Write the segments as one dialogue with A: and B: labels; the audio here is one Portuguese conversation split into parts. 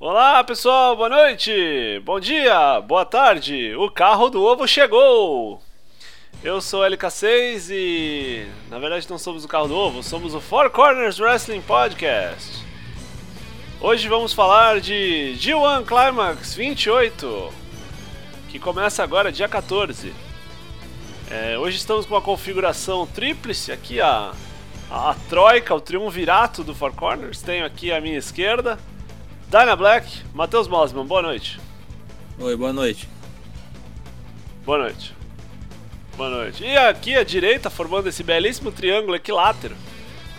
A: Olá pessoal, boa noite, bom dia, boa tarde, o carro do ovo chegou! Eu sou LK6 e. Na verdade, não somos o carro do ovo, somos o Four Corners Wrestling Podcast. Hoje vamos falar de G1 Climax 28, que começa agora dia 14. É, hoje estamos com a configuração tríplice aqui, a, a troika, o triunvirato do Four Corners. Tenho aqui à minha esquerda Dyna Black, Matheus Mosman, boa noite.
B: Oi, boa noite.
A: Boa noite. Boa noite. E aqui à direita, formando esse belíssimo triângulo equilátero,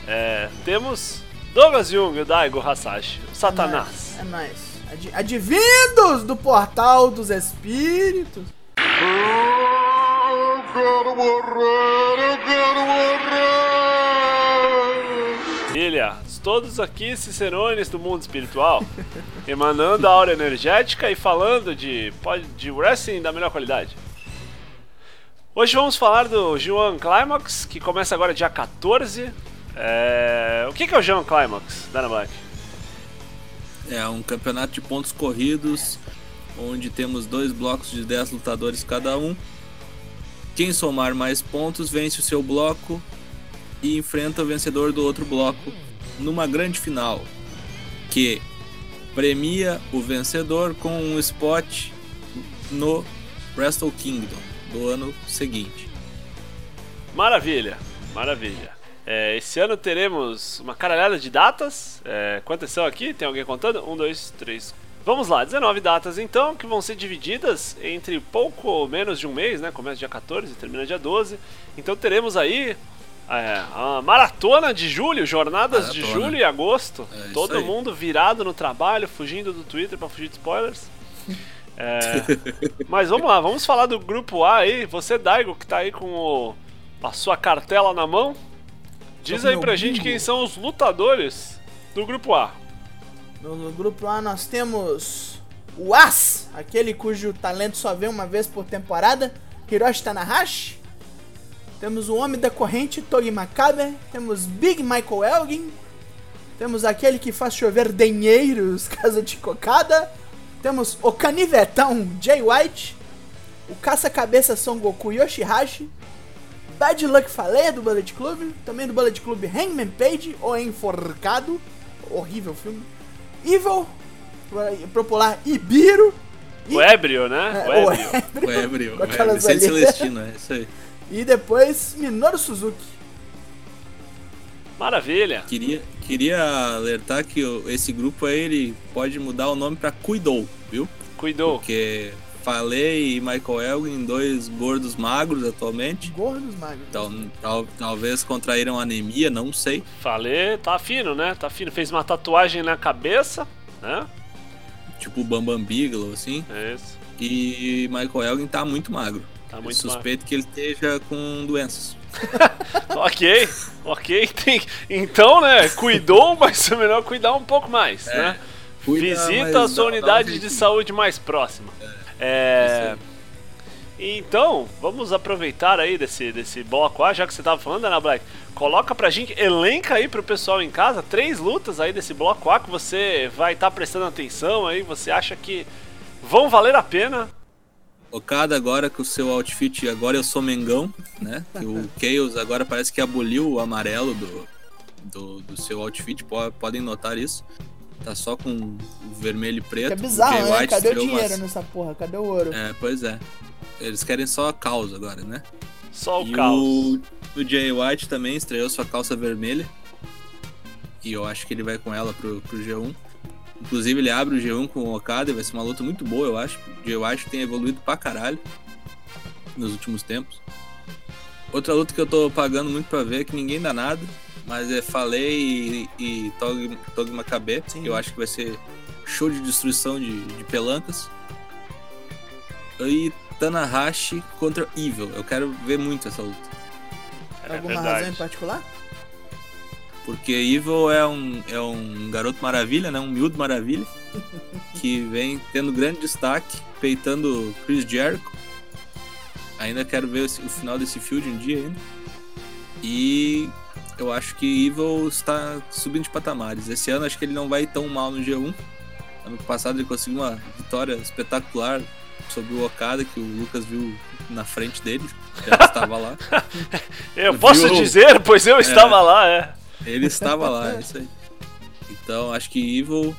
A: é, temos Douglas Jung, o Daigo Hasashi, o Satanás.
C: É nóis. É nóis. Ad- Advindos do portal dos espíritos.
D: Eu quero morrer, eu quero morrer.
A: Ilha, todos aqui cicerones do mundo espiritual, emanando a aura energética e falando de, pod- de wrestling da melhor qualidade. Hoje vamos falar do G1 Climax, que começa agora dia 14. É, O que que é o G1 Climax, Dana Black?
B: É um campeonato de pontos corridos, onde temos dois blocos de 10 lutadores cada um. Quem somar mais pontos vence o seu bloco e enfrenta o vencedor do outro bloco numa grande final, que premia o vencedor com um spot no Wrestle Kingdom do ano seguinte.
A: Maravilha, maravilha. É, esse ano teremos uma caralhada de datas. É, quantas são aqui? Tem alguém contando? Um, dois, três. Vamos lá, 19 datas então, que vão ser divididas entre pouco ou menos de um mês, né? Começa dia 14 e termina dia 12. Então teremos aí é, a maratona de julho, jornadas de
B: Maratona.
A: julho e agosto.
B: É isso
A: Todo
B: aí.
A: mundo virado no trabalho, fugindo do Twitter pra fugir de spoilers. É, mas vamos lá, vamos falar do grupo A aí. Você, Daigo, que tá aí com o- a sua cartela na mão, diz
C: com
A: aí
C: meu
A: pra gente
C: bingo.
A: quem são os lutadores do grupo A.
C: No, no grupo A nós temos o As, aquele cujo talento só vem uma vez por temporada, Hiroshi Tanahashi. Temos o Homem da Corrente, Togi Makabe. Temos Big Michael Elgin. Temos aquele que faz chover dinheiros, Casa de Cocada. Temos o Canivetão, Jay White. O Caça-Cabeça Son Goku Yoshihashi. Bad Luck Faleia do Bullet Club. Também do Bullet Club Hangman Page, O Enforcado. Horrível filme. Evil, popular Ibiro. E-
A: O ébrio, né? O
C: É, o
A: ébrio.
B: O
C: Ebrio.
B: Ebrio, o
C: Com aquelas
B: Ebrio, sem
C: olheiras.
B: Celestino, é isso aí.
C: E depois Minoru Suzuki.
A: Maravilha.
B: Queria, queria alertar que o- esse grupo aí ele pode mudar o nome pra Cuidou, viu?
A: Cuidou.
B: Porque falei e Michael Elgin, dois gordos magros atualmente.
C: Gordos magros.
B: Tal, tal- talvez contraíram anemia, não sei.
A: Falei, tá fino, né? Tá fino. Fez uma tatuagem na cabeça, né?
B: Tipo o Bambam Bigelow, assim.
A: É isso.
B: E Michael Elgin tá muito magro.
A: Tá muito magro.
B: Suspeito que ele esteja com doenças.
A: Ok, ok. Tem... Então, né? Cuidou, mas é melhor cuidar um pouco mais,
B: É.
A: né?
B: Cuida, mas
A: Visita
B: dá-
A: a sua
B: dá um
A: unidade de
B: jeitinho.
A: saúde mais próxima. É. Então, vamos aproveitar aí desse, desse bloco A, já que você tava falando, Ana Black. Coloca pra gente, elenca aí pro pessoal em casa três lutas aí desse bloco A que você vai estar prestando atenção aí, você acha que vão valer a pena.
B: Focado agora com o seu outfit, agora eu sou Mengão, né? Que o Chaos agora parece que aboliu o amarelo do, do, do seu outfit, po- podem notar isso. Tá só com o vermelho e preto.
C: Que é bizarro,
B: Jay
C: né?
B: White
C: Cadê o
B: estreou
C: dinheiro
B: umas-
C: nessa porra? Cadê o ouro?
B: É, pois é. Eles querem só a causa agora, né?
A: Só o
B: e
A: caos.
B: o, o Jay White também estreou sua calça vermelha. E eu acho que ele vai com ela pro, pro G1. Inclusive, ele abre o G1 com o Okada e vai ser uma luta muito boa, eu acho. O Jay White tem evoluído pra caralho nos últimos tempos. Outra luta que eu tô pagando muito pra ver, que ninguém dá nada, mas é Falei e, e Tog, Tog Makabe.
C: Sim.
B: Eu acho que vai ser show de destruição de, de pelancas. E Tanahashi contra Evil. Eu quero ver muito essa luta.
C: Por
A: É
C: Alguma razão em
A: verdade.
C: particular?
B: Porque Evil é um, é um garoto maravilha, né? Um miúdo maravilha. que vem tendo grande destaque, peitando Chris Jericho. Ainda quero ver esse- o final desse field um dia ainda. E eu acho que Evil está subindo de patamares. Esse ano acho que ele não vai tão mal no G1. Ano passado ele conseguiu uma vitória espetacular sobre o Okada, que o Lucas viu na frente dele, já estava lá.
A: Eu posso
B: Viu?
A: dizer, pois eu estava lá, é.
B: Ele estava lá, é isso aí. Então, acho que Evil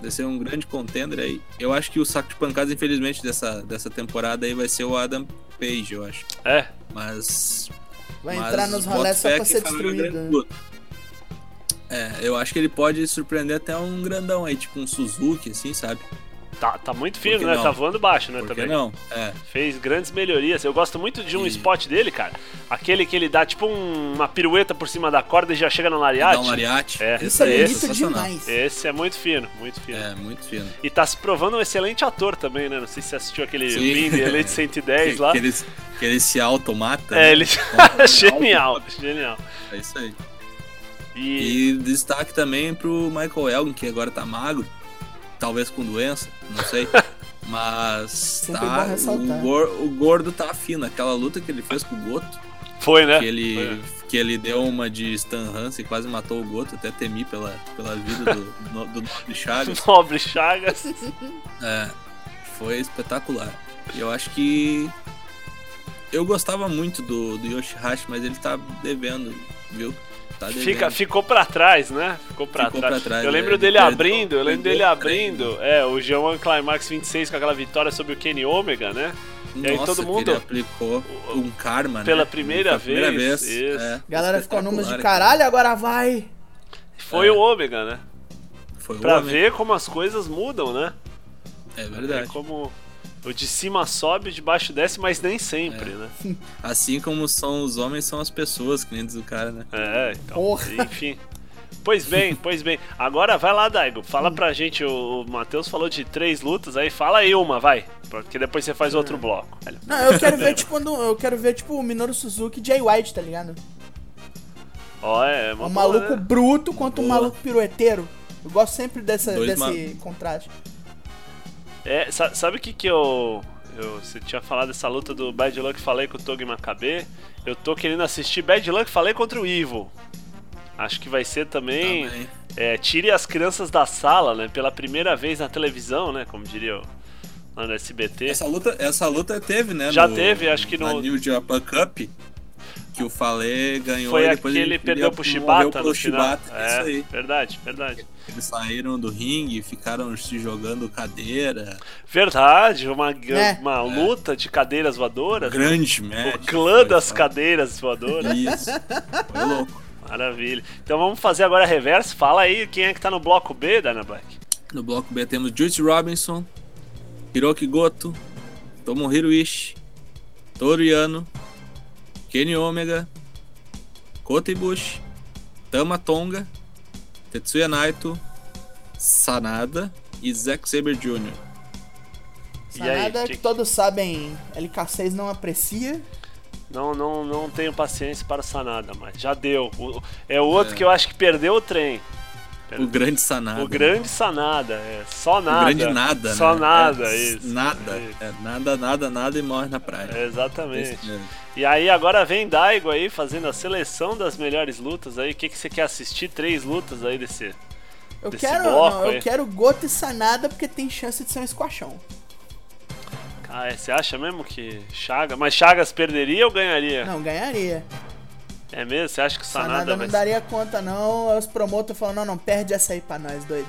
B: vai ser um grande contender aí. Eu acho que o saco de pancadas, infelizmente, dessa, dessa temporada aí vai ser o Adam Page, eu acho.
A: É.
B: Mas.
C: Vai
B: mas
C: entrar nos
B: boto
C: rolês só
B: fé
C: pra
B: que
C: ser
B: vai uma grande
C: destruído. né?
B: luta. É, eu acho que ele pode surpreender até um grandão aí, tipo um Suzuki, assim, sabe?
A: Tá, tá muito
B: Por
A: firme,
B: que
A: né?
B: não?
A: Tá voando baixo, né?
B: Por que
A: também.
B: não? É.
A: Fez grandes melhorias. Eu gosto muito de um
B: E-
A: spot dele, cara. Aquele que ele dá tipo um- uma pirueta por cima da corda e já chega no lariate.
B: Dá um lariate.
A: É.
B: Esse
A: Isso é
B: aí
A: bonito
B: sensacional.
C: demais.
A: Esse é muito fino, muito fino.
B: É, muito fino.
A: E tá se provando um excelente ator também, né? Não sei se você assistiu aquele
B: Sim.
A: Blind Elite 110
B: que,
A: É, lá.
B: Que ele, que ele se automata.
A: É,
B: né?
A: ele.
B: Contra-
A: genial, genial.
B: É isso aí.
A: E,
B: E destaque também pro Michael Elgin, que agora tá magro, talvez com doença, não sei. Mas
C: Sempre
B: tá,
C: bom ressaltar.
B: o, gor- o gordo tá fino. Aquela luta que ele fez com o Goto,
A: foi, né?
B: que, ele,
A: Foi.
B: que ele deu uma de Stan Hansen, quase matou o Goto, até temi pela, pela vida do, do, do nobre Chagas.
A: Nobre Chagas.
B: É, foi espetacular. E Eu acho que. Eu gostava muito do, do Yoshihashi, mas ele tá devendo, viu? Tá devendo.
A: Fica, ficou pra trás, né? Ficou pra,
B: Ficou
A: trás.
B: pra trás,
A: Eu
B: né?
A: lembro
B: Ele
A: dele
B: perdeu-
A: abrindo, eu lembro dele
B: perdeu o
A: abrindo. É, o G1 Climax 26 com aquela vitória sobre o Kenny Omega, né? E aí todo
B: que
A: mundo-
B: ele aplicou um karma, né?
A: Pela primeira
B: Pela primeira
A: vez,
B: vez.
A: isso.
B: é.
C: Galera ficou número de
B: Espetacular,
C: caralho, agora vai.
A: Foi
B: É.
A: o Omega, né?
B: cara. Foi
A: Pra
B: o homem.
A: ver como as coisas mudam, né?
B: É
A: É
B: né? verdade.
A: como o de cima sobe, o de baixo desce, mas nem sempre, né?
B: Assim como são os homens, são as pessoas, que nem diz o cara, né?
A: É, então,
C: Porra.
A: enfim. Pois bem, pois bem. Agora vai lá, Daigo. Fala pra gente, o o Matheus falou de três lutas aí, fala aí uma, vai. Porque depois você faz outro bloco.
C: Não, eu quero ver tipo quando- eu quero ver tipo o Minoru Suzuki e Jay White, tá ligado?
A: Ó, é
C: Um
A: uma boa,
C: maluco
A: né?
C: bruto quanto um
B: Boa.
C: maluco pirueteiro. Eu gosto sempre dessa,
B: Dois
C: desse
B: ma-
C: contraste.
A: É, sa- sabe o que que eu, eu- Você tinha falado dessa luta do Bad Luck Falei com o Tog Makabe? Eu tô querendo assistir Bad Luck Falei contra o Evil. Acho que vai ser também.
B: Também.
A: é, tire as crianças da sala, né? Pela primeira vez na televisão, né? Como diria o- lá no SBT.
B: Essa luta, essa luta teve, né?
A: Já teve, acho que
B: Na
A: no-
B: New Japan Cup, que o Fale ganhou
A: Foi
B: e depois
A: aquele
B: ele
A: perdeu pro
B: morreu
A: Shibata
B: pro
A: no final.
B: Shibata,
A: É,
B: isso aí.
A: verdade, verdade.
B: Eles saíram do ringue, ficaram se jogando cadeira.
A: Verdade, uma,
C: É.
A: uma luta de cadeiras voadoras. né?
B: Grande match.
A: O clã
B: Foi
A: das
B: só-
A: cadeiras voadoras.
B: Isso. Foi louco.
A: Maravilha. Então vamos fazer agora a reversa. Fala aí quem é que tá no bloco B, Dana Black.
B: No bloco B temos Juice Robinson, Hiroki Goto, Tomohiro Ishii, Toru Yano, Kenny Omega, Kota Ibushi, Tama Tonga, Tetsuya Naito, Sanada e Zack Saber Jr.
A: E aí,
C: Sanada é
A: que-
C: que todos sabem, LK6 não aprecia.
A: Não, não, não tenho paciência para o Sanada, mas já deu. O- é o outro que eu acho que perdeu o trem.
B: O grande Sanada.
A: O grande Sanada, é. Só
B: nada.
A: nada.
B: O grande nada.
A: Só
B: né?
A: nada,
B: É,
A: isso.
B: Nada.
A: Isso.
B: É, nada, nada, nada e morre na praia.
A: É,
B: Esse
A: exatamente.
B: mesmo.
A: E aí agora vem Daigo aí fazendo a seleção das melhores lutas aí. O que, que você quer assistir? Três lutas aí desse.
C: Eu
A: Desse
C: quero,
A: bloco
C: não, eu
A: aí.
C: quero Goto e Sanada porque tem chance de ser um esquachão.
A: Ah, é, você acha mesmo que Chagas. Mas Chagas perderia ou ganharia?
C: Não, ganharia.
A: É mesmo? Você acha que o
C: Sanada,
A: Sanada,
C: não
A: vai.
C: daria conta não. Os promotores falam, não, não perde essa aí pra nós, doido.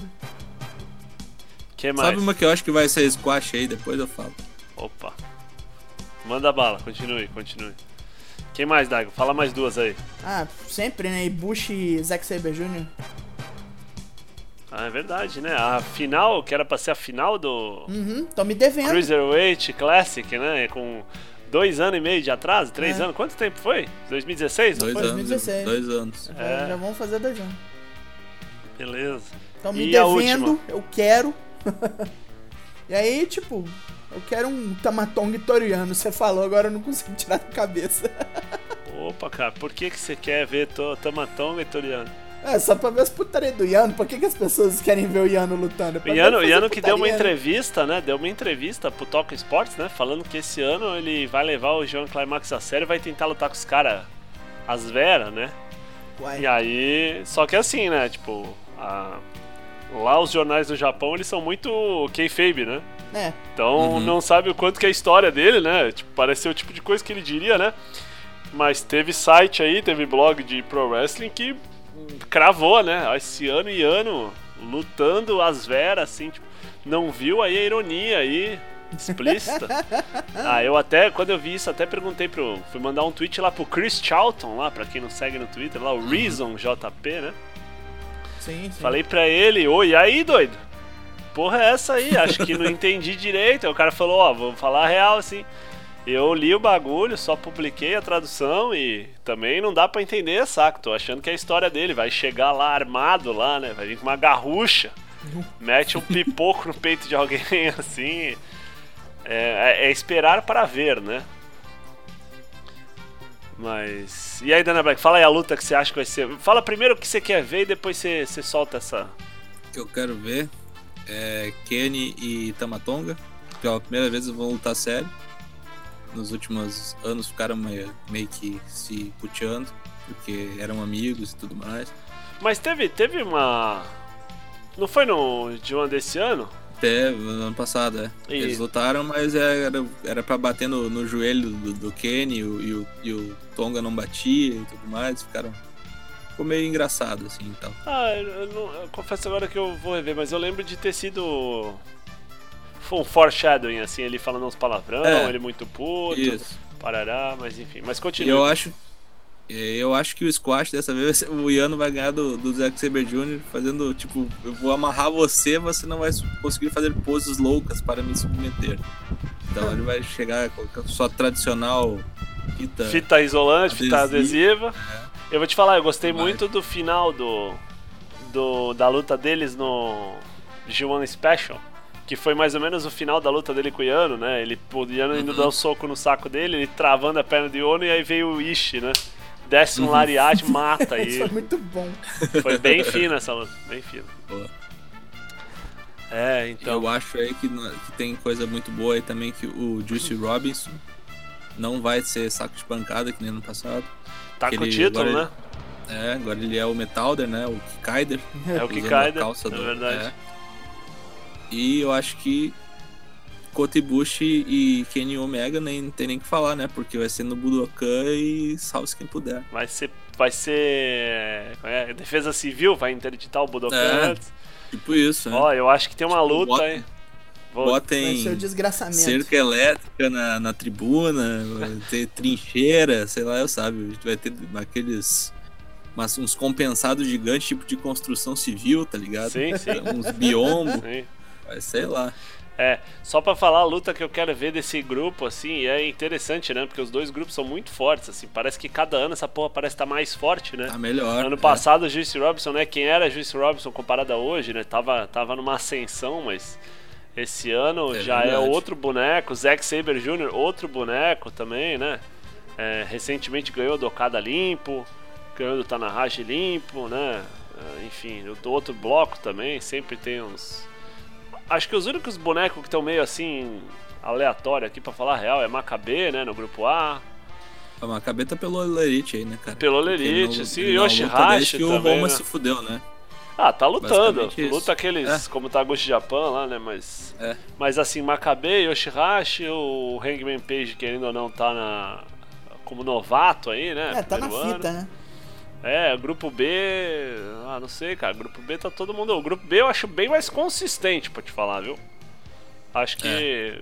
A: Que mais?
B: Sabe uma que eu acho que vai ser squash aí, depois eu falo.
A: Opa. Manda bala, continue, continue. Quem mais, Daigo? Fala mais duas aí.
C: Ah, sempre, né? E Bush e Zack Saber Jr.
A: Ah, é verdade, né? A final, que era pra ser a final do
C: Uhum, tô me devendo.
A: Cruiserweight Classic, né? Com dois anos e meio de atraso, três
C: É.
A: anos. Quanto tempo foi? 2016? não
B: Dois
A: foi?
B: anos.
C: 2016.
B: Dois anos.
A: É.
C: Já vamos fazer dois anos.
A: Beleza.
C: Estão me
A: E a
C: devendo,
A: última?
C: eu quero. e aí, tipo, eu quero um Tamatong Toriano. Você falou, agora eu não consigo tirar da cabeça.
A: Opa, cara, por que, que você quer ver to- Tamatonga e Toriano?
C: É, só pra ver as putarias do Yano. Por que, que as pessoas querem ver o Yano lutando? É
A: O
C: pra
A: Iano,
C: fazer
A: Iano que deu uma
C: putaria, né?
A: entrevista, né? Deu uma entrevista pro Toca Sports, né? Falando que esse ano ele vai levar o João Climax a sério e vai tentar lutar com os caras às veras, né?
C: Uai.
A: E aí. Só que assim, né? Tipo, a, Lá os jornais do Japão, eles são muito kayfabe, né?
C: É.
A: Então não sabe o quanto que é a história dele, né? Tipo, pareceu o tipo de coisa que ele diria, né? Mas teve site aí, teve blog de pro wrestling que hum, cravou, né? Esse ano e ano lutando às veras, assim, tipo, não viu aí a ironia aí explícita. ah, eu até quando eu vi isso, até perguntei pro, fui mandar um tweet lá pro Chris Charlton lá, pra quem não segue no Twitter, lá o Reason JP, né?
C: Sim, sim.
A: Falei pra ele, oi, e aí, doido? Porra, é essa aí? Acho que não entendi direito. Aí o cara falou, ó, vou falar a real, assim. Eu li o bagulho, só publiquei a tradução e também não dá pra entender, saco? Tô achando que é a história dele. Vai chegar lá armado lá, né? Vai vir com uma garrucha, mete um pipoco no peito de alguém, assim. É, é- é esperar para ver, né? Mas. E aí, Dana Black, fala aí a luta que você acha que vai ser. Fala primeiro o que você quer ver e depois você, você solta essa.
B: que eu quero ver é Kenny e Tamatonga. Pela primeira vez vão lutar sério. Nos últimos anos ficaram meio, meio que se puteando, porque eram amigos e tudo mais.
A: Mas teve, teve uma. Não foi no de um desse ano?
B: Até no ano passado, é.
A: E-
B: Eles lutaram, mas é, era, era pra bater no, no joelho do, do Kenny o- e o, e o Tonga não batia e tudo mais. Ficaram. Ficou meio engraçado, assim, então.
A: Ah, eu, eu não- eu confesso agora que eu vou rever, mas eu lembro de ter sido. Foi um foreshadowing, assim, ele falando uns palavrão,
B: É.
A: ele muito puto,
B: Isso.
A: parará, mas enfim. Mas
B: E eu
A: continua.
B: acho. é, Eu acho que o squash dessa vez o Iano vai ganhar do, do Zack Saber Jr. fazendo tipo, eu vou amarrar você, você não vai su- conseguir fazer poses loucas para me submeter. Então ele vai chegar com a sua tradicional fita.
A: Fita isolante, fita
B: Adesivo. É.
A: adesiva. Eu vou te falar, eu gostei
B: Vai.
A: muito do final do, do da luta deles no G1 Special, que foi mais ou menos o final da luta dele com o Yano, né? Ele, o Yano
B: Uhum.
A: indo dar um soco no saco dele, ele travando a perna do Yano e aí veio o Ishi, né? Desce
B: Uhum.
A: um lariate, mata
C: Isso
A: e
B: é
C: foi muito bom.
A: foi bem fina essa luta, bem fina.
B: Boa.
A: É, então.
B: Eu acho aí que, na- que tem coisa muito boa aí também que o Juicy Robinson não vai ser saco de pancada que nem ano passado.
A: Tá com o
B: aquele-
A: título,
B: agora
A: né?
B: É, agora ele é o Metalder, né? O Kikaider.
A: É o que
B: usando
A: cai,
B: a calça
A: é
B: do-
A: verdade.
B: é. E eu acho que Kotibushi e Kenny Omega nem não tem nem o que falar, né? Porque vai ser no Budokan e salve quem puder.
A: Vai ser. Vai ser. é, defesa civil, vai interditar o Budokan.
B: É,
A: antes.
B: Tipo isso, né?
A: Ó, eu acho que tem uma luta,
B: bota-
A: hein? Vou-
C: Vai ser o
B: Botem
C: desgraçamento.
B: cerca elétrica na, na tribuna, vai ter trincheira, sei lá, eu sabe. Vai ter aqueles. Mas uns compensados gigantes, tipo de construção civil, tá ligado?
A: Sim, sim.
B: Uns biombo,
A: Sim.
B: vai, sei lá.
A: É, só pra falar a luta que eu quero ver desse grupo, assim, e é interessante, né? Porque os dois grupos são muito fortes, assim. Parece que cada ano essa porra parece estar mais forte, né?
B: Tá melhor.
A: Ano
B: né?
A: passado, o Juice Robinson, né? Quem era Juice Robinson comparado a hoje, né? Tava, tava numa ascensão, mas esse ano
B: É
A: já é
B: verdade.
A: outro boneco. Zack Saber Jr., outro boneco também, né? É, recentemente ganhou do Okada limpo, ganhou do Tanahashi limpo, né? É, enfim, do outro bloco também, sempre tem uns. Acho que os únicos bonecos que estão meio assim, aleatório aqui pra falar a real, é Macabe, né? No grupo A.
B: Ah, mas a cabeta pelo Olerite aí, né, cara?
A: Pelo
B: Porque
A: Olerite,
B: não-
A: sim,
B: não luta
A: Yoshihashi
B: desde que o
A: também,
B: Roma
A: né?
B: se fudeu, né?
A: Ah, tá lutando.
B: Basicamente isso.
A: Luta aqueles como Taguchi Japan lá, né? Mas.
B: É.
A: Mas assim, Makabe, Yoshihashi, o Hangman Page, querendo ou não, tá na. como novato aí, né?
C: É, tá na
A: Primeiro
C: fita,
A: ano.
C: né?
A: É, grupo B. Ah, não sei, cara. Grupo B tá todo mundo. O grupo B eu acho bem mais consistente, pra te falar, viu? Acho que.
B: É.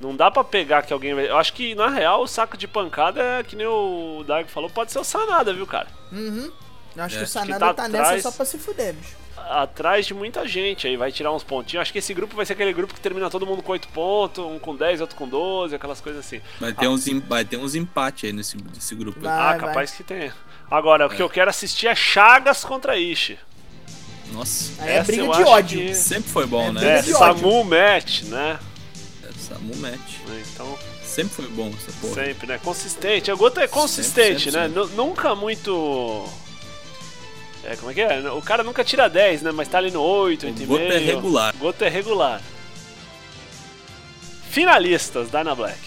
A: Não dá pra pegar que alguém vai. Eu acho que, na real, o saco de pancada, é que nem o Dark falou, pode ser o Sanada, viu, cara?
C: Uhum. Eu acho
B: É, acho
C: que o
B: que
C: Sanada
A: tá
C: tá,
A: atrás.
C: nessa só pra se fuder, bicho.
A: atrás de muita gente aí, vai tirar uns pontinhos. Acho que esse grupo vai ser aquele grupo que termina todo mundo com 8 pontos, um com 10, outro com 12, aquelas coisas assim.
B: Vai ter, uns, em- vai ter uns empate aí nesse, nesse grupo. aí.
C: Vai,
A: ah, capaz que tenha. Agora, o que eu quero assistir é Chagas contra Ishi.
B: Nossa,
C: Aí é
A: Essa
C: briga
A: eu
C: de
A: acho
C: ódio.
A: que-
B: sempre foi bom, né?
A: É,
C: Briga de
B: Essa-
C: ódio.
A: Samu match, né?
B: Essa Mumet.
A: Então,
B: Sempre foi bom essa porra.
A: sempre, né? Consistente. A Gota é consistente,
B: sempre,
A: né?
B: sempre.
A: Nu- Nunca muito. É, como é que é? O cara nunca tira 10, né? Mas tá ali no 8,
B: O
A: 8,5.
B: Gota é regular.
A: Gota é regular. Finalistas, Dyna Black.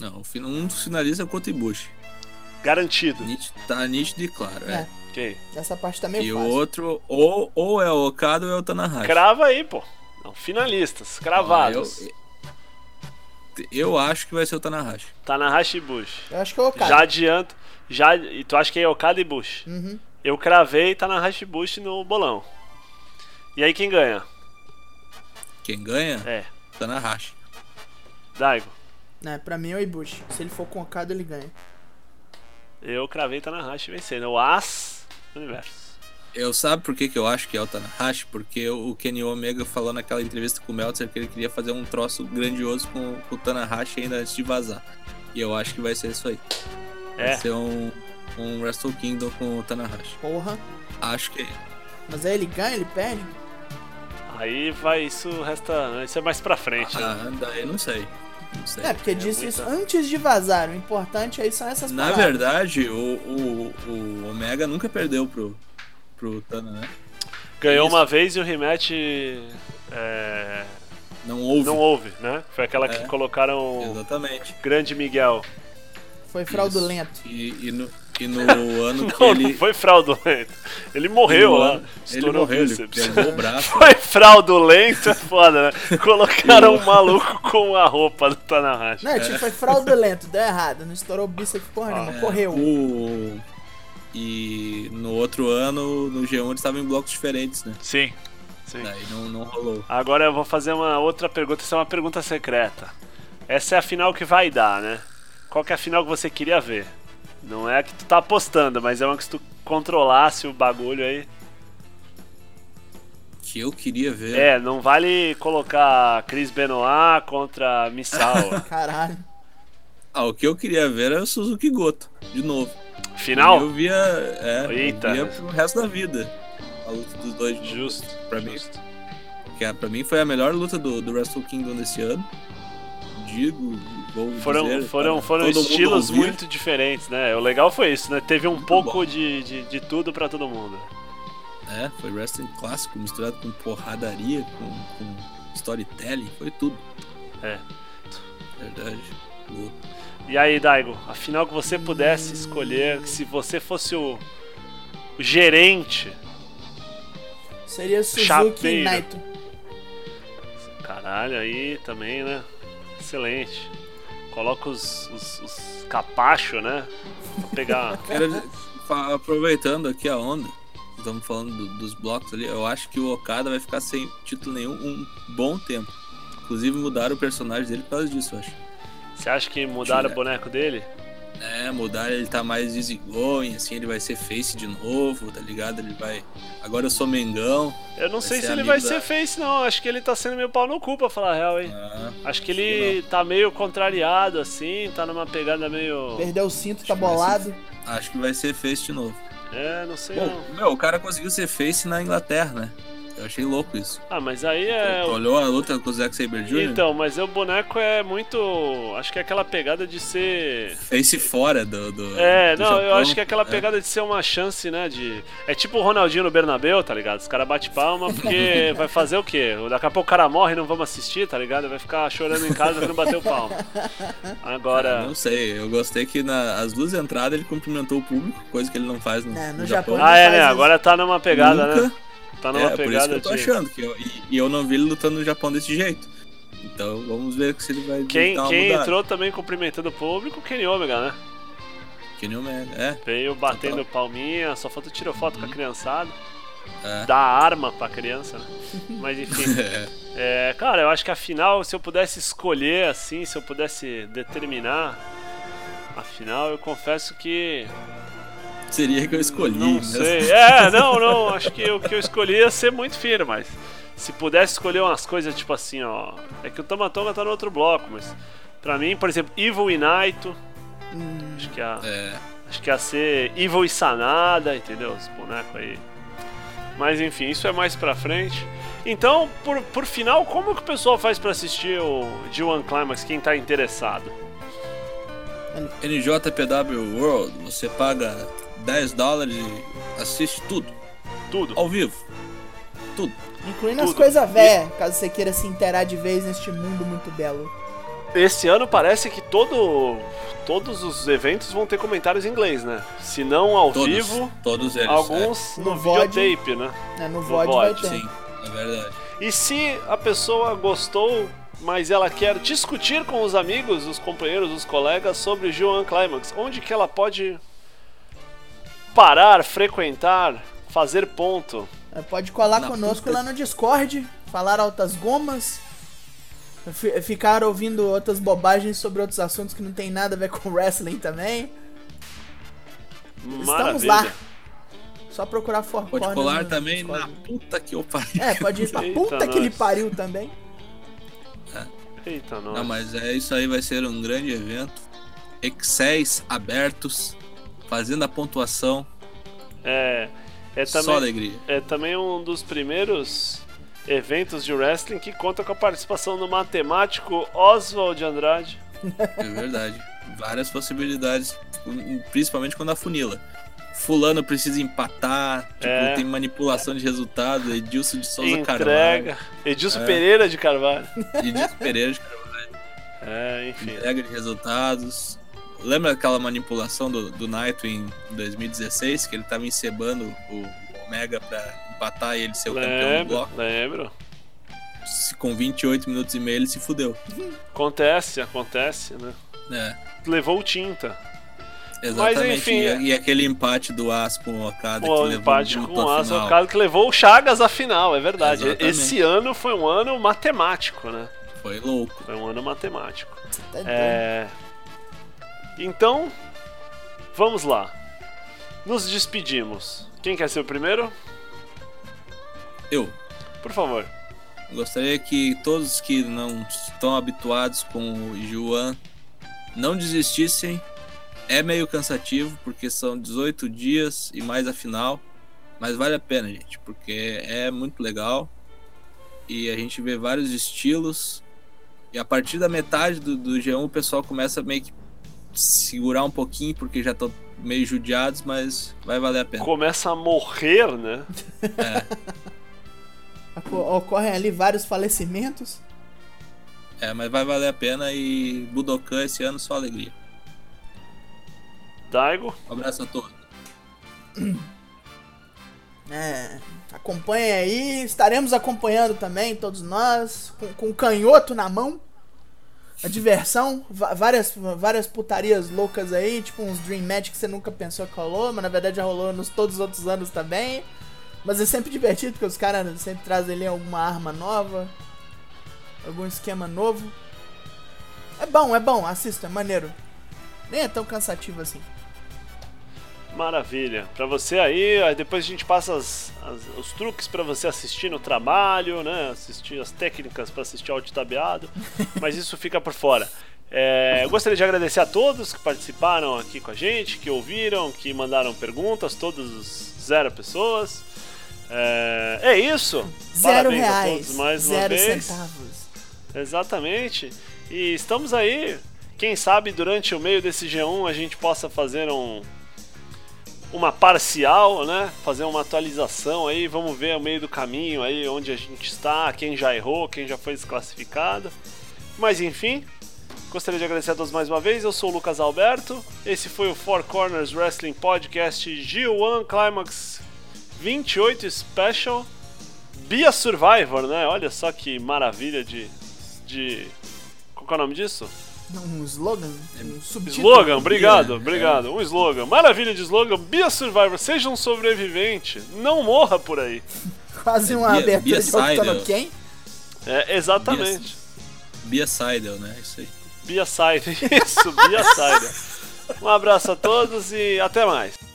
B: Não, o fin- um dos finalistas é o Kotibushi.
A: Garantido.
B: Nítido- tá nítido e claro, é.
C: É,
A: Ok.
C: essa parte tá meio
B: E o
C: fácil.
B: outro, ou, ou é o Okada ou é o Tanahashi.
A: Crava aí, pô. Não, finalistas, cravados.
B: Eu, eu acho que vai ser o Tanahashi.
A: Tanahashi e Tá Bush.
C: Eu acho que é o Okada.
A: Já adianto. Já, e tu acha que é Okada e Bush?
C: Uhum.
A: Eu cravei Tanahashi e Bush no bolão. E aí quem ganha?
B: Quem ganha?
A: É,
B: Tanahashi.
A: Daigo.
C: Né, pra mim é o Ibushi. Se ele for com o Okada, ele ganha.
A: Eu cravei Tanahashi vencendo. É O As Universo.
B: Eu sabe por que, que eu acho que é o Tanahashi? Porque o Kenny Omega falou naquela entrevista com o Meltzer que ele queria fazer um troço grandioso com, com o Tanahashi ainda antes de vazar. E eu acho que vai ser isso aí. Vai
A: É,
B: ser um, um Wrestle Kingdom com o Tanahashi.
C: Porra.
B: Acho que
C: Mas aí ele ganha, ele perde.
A: aí vai, isso resta. Isso é mais pra frente. né?
B: Ah, daí não sei. Não sei.
C: É, porque disse
A: muita-
C: isso antes de vazar. O importante aí são essas
B: Na
C: palavras.
B: verdade, o, o, o Omega nunca perdeu pro, pro Tana, né?
A: Ganhou
B: isso.
A: uma vez e o rematch. é,
B: Não houve.
A: não houve, né? Foi aquela que
B: É.
A: colocaram
B: Exatamente.
A: Grande Miguel.
C: Foi fraudulento.
B: E, e no, e no ano que
A: Não, não
B: ele.
A: foi fraudulento. Ele morreu
B: no
A: lá.
B: ano- Ele
A: Estourou o
B: morreu, ele
A: bíceps.
B: pegou o braço.
A: Foi fraudulento, é foda, né? Colocaram um maluco com a roupa do Tanahashi.
C: Não, tipo, foi fraudulento, deu errado. Não estourou o bíceps porra nenhuma,
B: É,
C: correu.
B: o- E no outro ano, no G1, eles estavam em blocos diferentes, né?
A: Sim, sim.
B: Daí não, não rolou.
A: Agora eu vou fazer uma outra pergunta, essa é uma pergunta secreta. Essa é a final que vai dar, né? Qual que é a final que você queria ver? Não é a que tu tá apostando, mas é uma que se tu controlasse o bagulho aí.
B: Que eu queria ver.
A: É, não vale colocar Chris Benoit contra Missal.
C: Caralho.
B: Ah, o que eu queria ver era o Suzuki Goto, de novo.
A: Final?
B: Eu via. É,
A: Eita.
B: Eu via pro resto da vida. A luta dos dois. de novo.
A: Justo.
B: Pra mim.
A: justo.
B: Que é- pra mim foi a melhor luta do, do Wrestle Kingdom desse ano. Digo, vou
A: Foram,
B: dizer,
A: foram,
B: pra
A: foram
B: todo mundo
A: estilos
B: ouvir.
A: muito diferentes, né? O legal foi isso, né? Teve um
B: bom.
A: pouco de, de, de tudo pra todo mundo.
B: É, foi wrestling clássico misturado com porradaria, com, com storytelling, foi tudo.
A: É.
B: Verdade. Louco.
A: E aí, Daigo, afinal que você pudesse escolher, que se você fosse o, o gerente.
C: Seria Suzuki e
A: Chapeiro.
C: Naito.
A: Caralho, aí também, né? Excelente. Coloca os, os, os capacho, né? Pra pegar.
B: Quero dizer, fa- aproveitando aqui a onda, estamos falando do- dos blocos ali, eu acho que o Okada vai ficar sem título nenhum um bom tempo. Inclusive mudaram o personagem dele por causa disso, eu acho.
A: Você acha que mudaram
B: Deixa eu
A: o boneco dele?
B: É, mudar ele tá mais easygoing, assim, ele vai ser face de novo, tá ligado? Ele vai. Agora eu sou Mengão.
A: Eu não
B: Vai
A: sei
B: ser
A: se ele
B: amigo
A: vai
B: da-
A: ser face, não. Acho que ele tá sendo meio pau no cu, pra falar a real, hein?
B: Ah,
A: Acho que ele tá meio contrariado, assim, tá numa pegada meio.
C: Perdeu o cinto, tá
B: que vai ser
C: bolado.
B: acho que vai ser face de novo.
A: É, não sei não.
B: Bom, meu, o cara conseguiu ser face na Inglaterra, né? Eu achei louco isso.
A: Ah, mas aí é.
B: Tu olhou a luta com o Zack Saber Jr.?
A: Então, mas o boneco é muito. Acho que é aquela pegada de ser.
B: Face fora do. do
A: É,
B: do
A: não, eu
B: Japão.
A: acho que é aquela pegada de ser uma chance, né? De. É tipo o Ronaldinho no Bernabéu, tá ligado? Os caras batem palma porque vai fazer o quê? Daqui a pouco o cara morre e não vamos assistir, tá ligado? Vai ficar chorando em casa porque não bateu palma. Agora.
B: Ah, Não sei, eu gostei que na- as duas entradas ele cumprimentou o público, coisa que ele não faz no,
C: É, no
B: no
C: Japão.
B: Japão.
A: Ah, é,
C: faz
A: né?
C: isso.
A: Agora tá numa pegada,
B: Nunca.
A: né? Tá
B: é,
A: numa
B: por isso que
A: pegada
B: eu tô
A: de.
B: achando. Que eu- e, e eu não vi ele lutando no Japão desse jeito. Então vamos ver se ele vai
A: Quem,
B: Então, dar uma
A: quem
B: mudada.
A: entrou também cumprimentando o público, Kenny Omega, né?
B: Que nem o Mega, é.
A: Veio batendo
B: Total.
A: palminha, só falta tirou foto com a criançada.
B: Uhum. É.
A: Dá arma pra criança, né? Mas enfim. É, cara, eu acho que a final, se eu pudesse escolher assim, se eu pudesse determinar a final, eu confesso que.
B: Seria que eu escolhi.
A: Não
B: mesmo.
A: sei. É, não, não. Acho que o que eu escolhi ia ser muito fino, mas. Se pudesse escolher umas coisas tipo assim, ó. É que o Tomatonga tá no outro bloco, mas. Pra mim, por exemplo, Evil e Naito. Acho que a.
B: É,
A: Acho que ia ser Evil e Sanada, entendeu? Os bonecos aí. Mas enfim, isso é mais pra frente. Então, por, por final, como que o pessoal faz pra assistir o G1 Climax, quem tá interessado?
B: NJPW World, você paga 10 dólares e assiste tudo,
A: Tudo.
B: ao vivo. Tudo.
C: Incluindo as
A: Tudo.
C: coisas véia, caso você queira se inteirar de vez neste mundo muito belo.
A: Esse ano parece que todo, todos os eventos vão ter comentários em inglês, né? Se não ao
B: Todos,
A: vivo,
B: todos eles.
A: alguns
C: No
A: no,
C: VOD.
A: videotape, né?
C: É, no
A: No
C: VOD vai
A: VOD,
B: é.
C: ter.
B: Sim, é verdade.
A: E se a pessoa gostou, mas ela quer discutir com os amigos, os companheiros, os colegas sobre Joan Climax, onde que ela pode parar, frequentar, fazer ponto?
C: É, Pode colar
B: Na
C: conosco
B: puta.
C: lá no Discord, falar altas gomas, fi- ficar ouvindo outras bobagens sobre outros assuntos que não tem nada a ver com wrestling também. Estamos
A: Maravilha.
C: lá. Só procurar For
B: Pode
C: Corners
B: colar
C: no
B: também
C: Discord.
B: na puta que eu pariu.
C: É, pode ir pra
A: Eita,
C: puta que ele
A: nós.
C: pariu também.
A: Eita,
B: Não,
A: não.
B: mas é isso aí, vai ser um grande evento. Excéis abertos, fazendo a pontuação,
A: É, é
B: só
A: também,
B: alegria.
A: é também um dos primeiros eventos de wrestling que conta com a participação do matemático Oswald Andrade.
B: É verdade. Várias possibilidades, principalmente quando a funila. Fulano precisa empatar, tipo,
A: É.
B: tem manipulação de resultado, Edilson de Souza
A: Entrega. Edilson
B: É.
A: Pereira de Carvalho.
B: Carvalho, Edilson Pereira de Carvalho,
A: É, enfim.
B: entrega de resultados. Lembra aquela manipulação do, do Naito em 2016, que ele tava encebando o Omega pra empatar e ele ser o campeão do
A: Lembro,
B: bloco?
A: lembro.
B: Se- Com 28 minutos e meio ele se fudeu.
A: Acontece, acontece, né?
B: É,
A: Levou tinta.
B: exatamente.
A: enfim,
B: e,
A: é-
B: e aquele empate do As com o Okada que
A: O
B: levou
A: empate
B: muito
A: com o
B: à
A: Asa
B: final.
A: Okada que levou o Chagas à final, é verdade.
B: Exatamente.
A: Esse ano foi um ano matemático, né?
B: Foi louco.
A: Foi um ano matemático.
C: Tá doido.
A: É... Então, vamos lá. Nos despedimos. Quem quer ser o primeiro?
B: Eu,
A: Por favor.
B: Gostaria que todos que não estão habituados com o Juan não desistissem. É meio cansativo, porque são 18 dias e mais a final. Mas vale a pena, gente, porque é muito legal. E a gente vê vários estilos. E a partir da metade do, do G1 o pessoal começa meio que segurar um pouquinho, porque já estão meio judiados, mas vai valer a pena.
A: Começa a morrer, né?
C: Ocor- Ocorrem ali vários falecimentos.
B: É, mas vai valer a pena e Budokan esse ano só alegria.
A: Daigo,
B: Um abraço a todos.
C: É, acompanhem aí, estaremos acompanhando também, todos nós, com, com o canhoto na mão. A diversão, va- várias, várias putarias loucas aí, tipo uns Dream Match que você nunca pensou que rolou, mas na verdade já rolou nos todos os outros anos também. Mas é sempre divertido, porque os caras sempre trazem ali alguma arma nova, algum esquema novo. É bom, é bom, assista, é maneiro. Nem é tão cansativo assim.
A: maravilha. Pra você aí, aí depois a gente passa as- as- os truques pra você assistir no trabalho, né? Assistir as técnicas pra assistir áudio tabeado. Mas isso fica por fora. É, eu gostaria de agradecer a todos que participaram aqui com a gente, que ouviram, que mandaram perguntas, todos zero pessoas. É, é isso.
C: Zero
A: Parabéns
C: reais,
A: a todos mais uma
C: zero
A: vez.
C: centavos.
A: Exatamente. E estamos aí. Quem sabe durante o meio desse G1 a gente possa fazer um uma parcial, né? Fazer uma atualização aí, vamos ver o meio do caminho aí onde a gente está, quem já errou, quem já foi desclassificado. Mas enfim, gostaria de agradecer a todos mais uma vez. Eu sou o Lucas Alberto. Esse foi o Four Corners Wrestling Podcast G1 Climax 28 Special. Be a Survivor, né? Olha só que maravilha de. de... Qual que é o nome disso?
C: Um slogan?
B: É
C: Um subtítulo?
A: Slogan, obrigado, obrigado. Um slogan. Maravilha de slogan. Be a Survivor, seja um sobrevivente. Não morra por aí.
C: Quase uma
B: Bia- É Bia né?
C: abertura de
B: Seidel.
C: Octano Ken.
A: É, exatamente.
B: Bia Seidel, né? Isso aí.
A: Be a Side. Isso, be a Side. Um abraço a todos e até mais.